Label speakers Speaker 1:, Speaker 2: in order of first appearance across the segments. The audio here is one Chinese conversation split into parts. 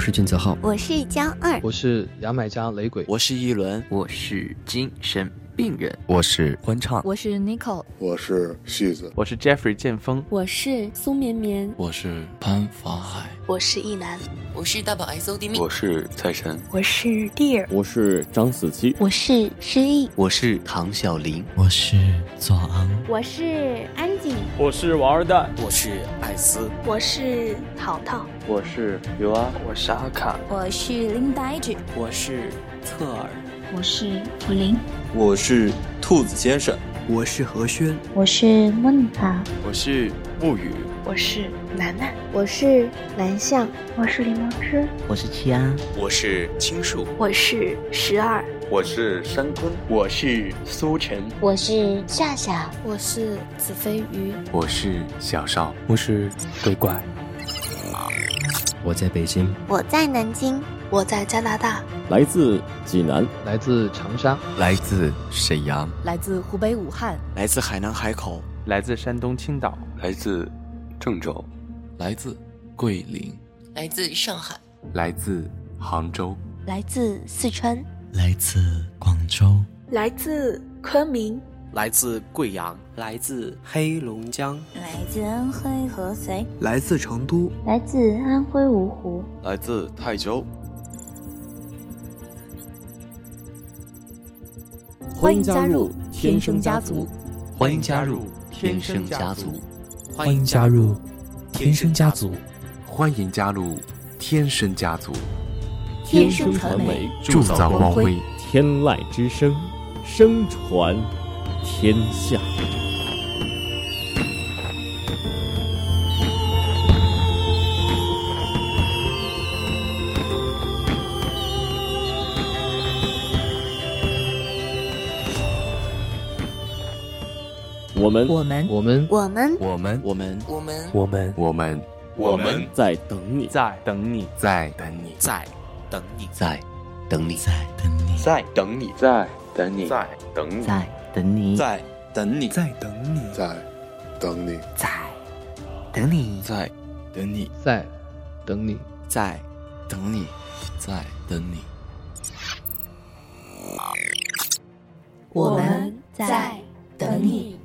Speaker 1: 是君子浩，
Speaker 2: 我是江二，
Speaker 3: 我是牙买加雷鬼，
Speaker 4: 我是一轮，
Speaker 5: 我是精神病人，
Speaker 6: 我是
Speaker 4: 欢唱，
Speaker 7: 我是 Nico，
Speaker 8: 我是旭子，
Speaker 9: 我是 Jeffrey 剑锋，
Speaker 10: 我是苏绵绵，
Speaker 11: 我是潘法海，
Speaker 12: 我是一楠，
Speaker 13: 我是大宝 S O D
Speaker 14: 我是财神，
Speaker 15: 我是 Dear，
Speaker 16: 我是张子期，
Speaker 2: 我是失忆，
Speaker 5: 我是唐小林，
Speaker 17: 我是左昂，
Speaker 18: 我是安吉，
Speaker 19: 我是王二蛋，
Speaker 20: 我是艾斯，
Speaker 21: 我是淘淘。
Speaker 22: 我是尤啊，
Speaker 23: 我是阿卡，
Speaker 24: 我是林白芷，
Speaker 25: 我是侧耳，
Speaker 26: 我是图灵，
Speaker 27: 我是兔子先生，
Speaker 28: 我是何轩，
Speaker 29: 我是莫妮卡，
Speaker 30: 我是木雨，
Speaker 31: 我是楠楠，
Speaker 32: 我是蓝象，
Speaker 33: 我是柠檬汁，
Speaker 34: 我是七安，
Speaker 35: 我是青树，
Speaker 36: 我是十二，
Speaker 37: 我是山坤，
Speaker 38: 我是苏晨，
Speaker 39: 我是夏夏，
Speaker 40: 我是子非鱼，
Speaker 41: 我是小少，
Speaker 42: 我是鬼怪。
Speaker 1: 我在北京，
Speaker 2: 我在南京，
Speaker 12: 我在加拿大，
Speaker 16: 来自济南，
Speaker 3: 来自长沙，
Speaker 6: 来自沈阳，
Speaker 7: 来自湖北武汉，
Speaker 4: 来自海南海口，
Speaker 9: 来自山东青岛，
Speaker 14: 来自郑州，
Speaker 11: 来自桂林，
Speaker 13: 来自上海，
Speaker 6: 来自杭州，
Speaker 2: 来自四川，
Speaker 17: 来自广州，
Speaker 10: 来自昆明，
Speaker 4: 来自贵阳，
Speaker 20: 来自黑龙江，
Speaker 24: 来自安徽合肥，
Speaker 17: 来自成都，
Speaker 29: 来自安徽芜湖，
Speaker 14: 来自泰州。
Speaker 2: 欢迎加入天生家族，
Speaker 5: 欢迎加入天生家族，
Speaker 6: 欢迎加入天生家族，欢迎加入天生家族。
Speaker 2: 天生传媒
Speaker 6: 铸造光辉，
Speaker 16: 天籁之声，声传。天下。我们
Speaker 7: 我们
Speaker 3: 我们
Speaker 4: 我
Speaker 2: 我们
Speaker 4: 们
Speaker 5: 我们
Speaker 13: 我们
Speaker 6: 我们
Speaker 14: 我们
Speaker 6: 我们
Speaker 16: 在等你，
Speaker 9: 在等你，
Speaker 6: 在等你，
Speaker 4: 在等你，
Speaker 5: 在等你，
Speaker 17: 在等你，
Speaker 14: 在等你，
Speaker 27: 在等你，
Speaker 14: 在等你，
Speaker 5: 在等你，
Speaker 14: 在等你，
Speaker 17: 在等你，
Speaker 8: 在等你，
Speaker 5: 在等
Speaker 14: 在等
Speaker 5: 你，
Speaker 14: 你，
Speaker 3: 在等你，
Speaker 4: 在等你，
Speaker 11: 在等你。
Speaker 2: 我们在等你。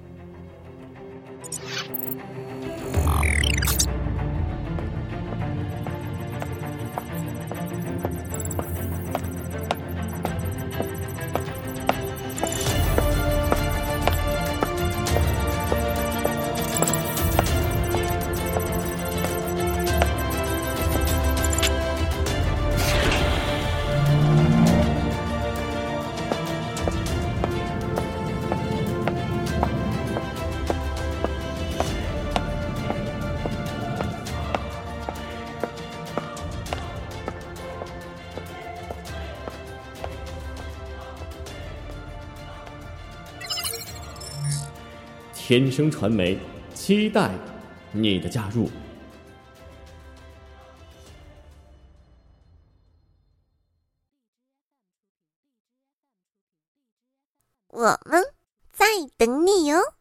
Speaker 16: 天生传媒期待你的加入。
Speaker 2: 我们在等你哟、哦。